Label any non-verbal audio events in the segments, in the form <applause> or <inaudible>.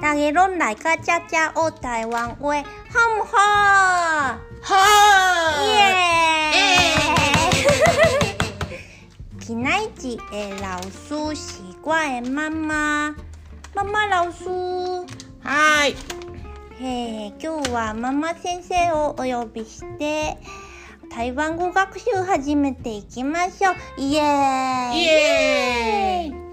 大家拢来个家家学台湾话，好唔好？好，耶！ <laughs> 今仔日的老师是我的妈妈，妈妈老师，はい、嘿，今日はママ先生をお呼びして台湾語学習始めていきましょう。イエーイ。イエーイ。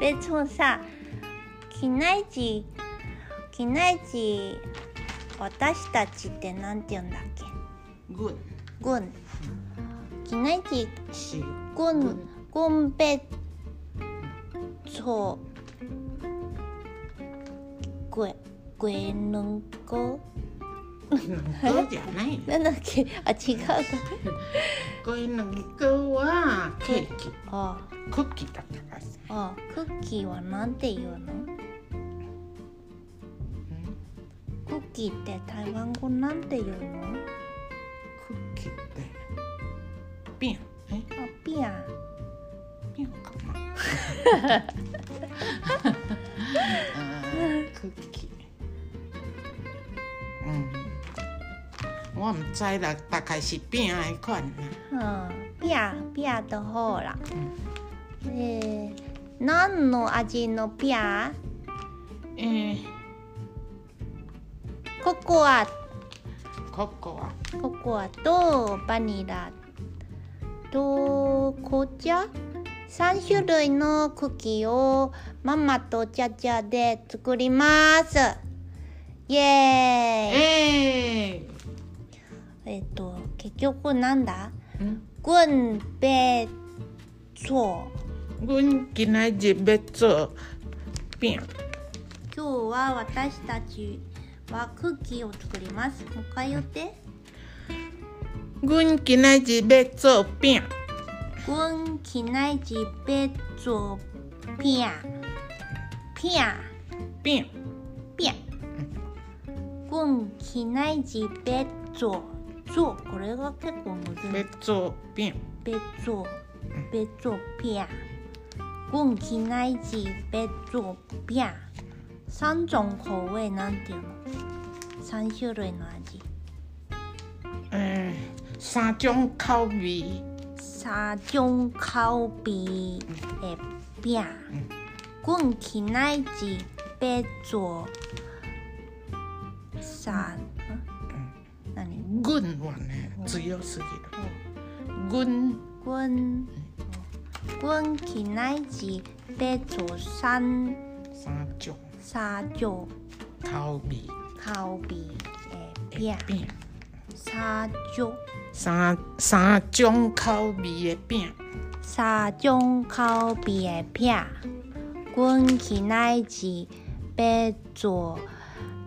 別にさ、機内時、機内時、私たちってなんて言うんだっけ？グッ軍。機内時、チ、軍、軍別そう。ぐ、ぐえぬんこ。 <laughs> そうじゃないの。なんだっけ？あ、違うか。こういうの肉はケーキ、あ、クッキーだったからさ。あ、クッキーはなんて言うの？うんクッキーって台湾語なんて言うの？クッキーってピン、え、あ、ピアン。ピンかな。あークッキー。うん。我唔知啦，大概是饼的款啦。うん、ピアピアとほら、えー、何の味のピアえー、ココアここはココアとバニラと紅茶3種類のクッキーをママとチャチャで作りますイエーイええっと結局なんだー、ん軍兵そう阮今仔日要做饼。今日は私たちはクッキーを作ります。もう一回言って。阮今仔日要做饼，阮今仔日要做饼，饼饼饼。阮今仔日要做做，これが結構難し要い。做饼，要做要做饼。阮今仔日要做饼。三种口味なんていうの？三種類の味。嗯，三种口味，三种口味的饼，阮今仔日要做三，那里？阮我呢只有自己的，阮阮阮今仔日要做三三种三种口味口味的饼的，饼，三种三三种口味的饼，三种口味的饼，阮今仔日要做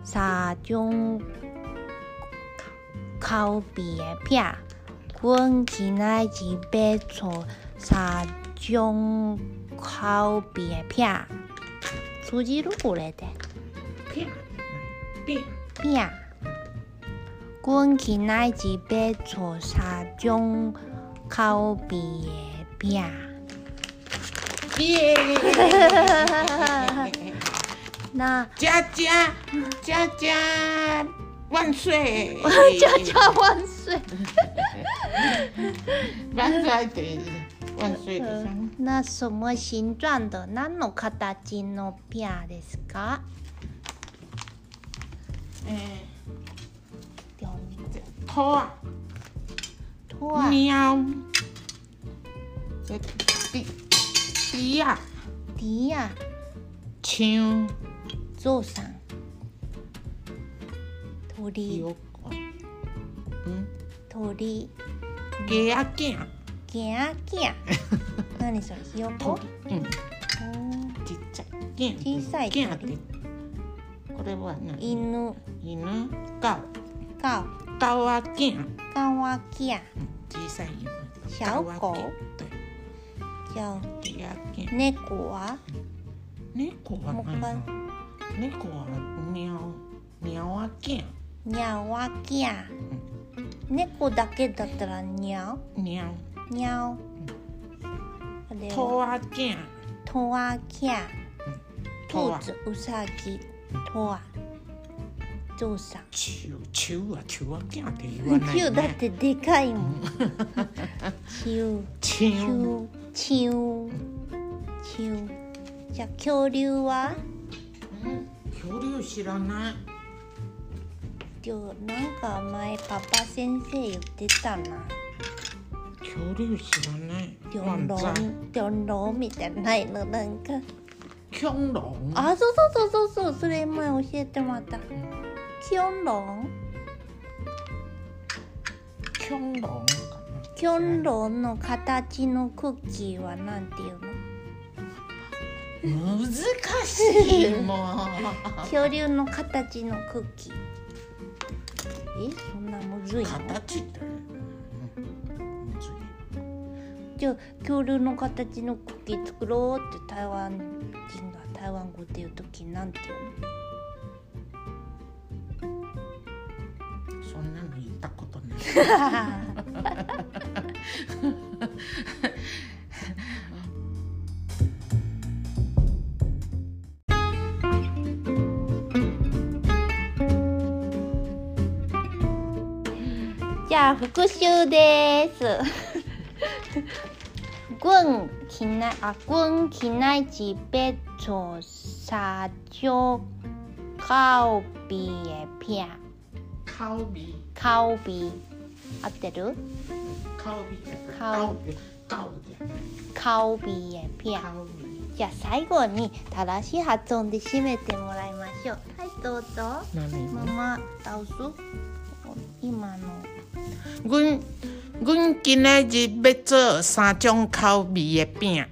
三种口味的饼。阮今仔日要做三种口味的饼。通じるこれで饼饼饼。阮今仔日要做三种口味的饼。耶！那佳佳佳佳万岁！家家万岁！万岁的万岁的生日。那什么形状的？何の形のピアですか？嗯鳥兔啊，鳥喵，这猪猪啊，迪呀，象，ゾウさん。鳥有嗯，鳥鸡啊鸡啊，ギャーギャー。何それ？ひよこ？嗯，うんちっちゃい小さい鸡鳥啊鸡。これは何？犬犬、狗、ガオ狗啊鸡啊，ガワギャー。嗯小さい犬。小狗狗啊鸡じゃあ对，鸡啊鸡。猫は？猫は何なの？猫は猫、猫啊鸡啊。ニャワギャー。猫だけだったらにゃにゃんおにゃおあれとわけんとわきゃとわ兔子うさぎとわゾウさんちゅうちゅうはちゅうわけんって言わないキュよーだっねてでかいもん。キュー、ちキゅうュー、キュー、キュー。じゃあ恐竜は？恐竜知らないきょなんか前パパ先生言ってたな。恐竜知らない恐わん竜ざい、恐竜みたいなのないのなんか。恐竜あ、そうそうそうそうそう。それ前教えてもらった。恐竜、恐竜かな恐竜の形のクッキーはなんていうの？難しいもう恐竜の形のクッキー。え、そんなむずいの？形って嗯うんむずいじゃあ恐竜の形のクッキー作ろうって台湾人が台湾語で言う時なんてそんなの言ったことない言うのじゃあ復習です。軍機内あ軍機内地被左沙丘靠比的片顔び靠比合ってる？顔び顔び顔び靠比的片。顔びじゃあ最後に正しい発音で締めてもらいましょう。はいどうぞ。何ママ倒す。今の阮阮今仔日要做三种口味的饼。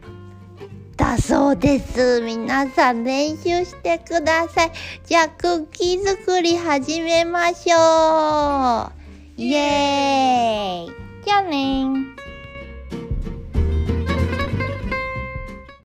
だそうです。皆さん練習してください。じゃあクッキー作り始めましょう。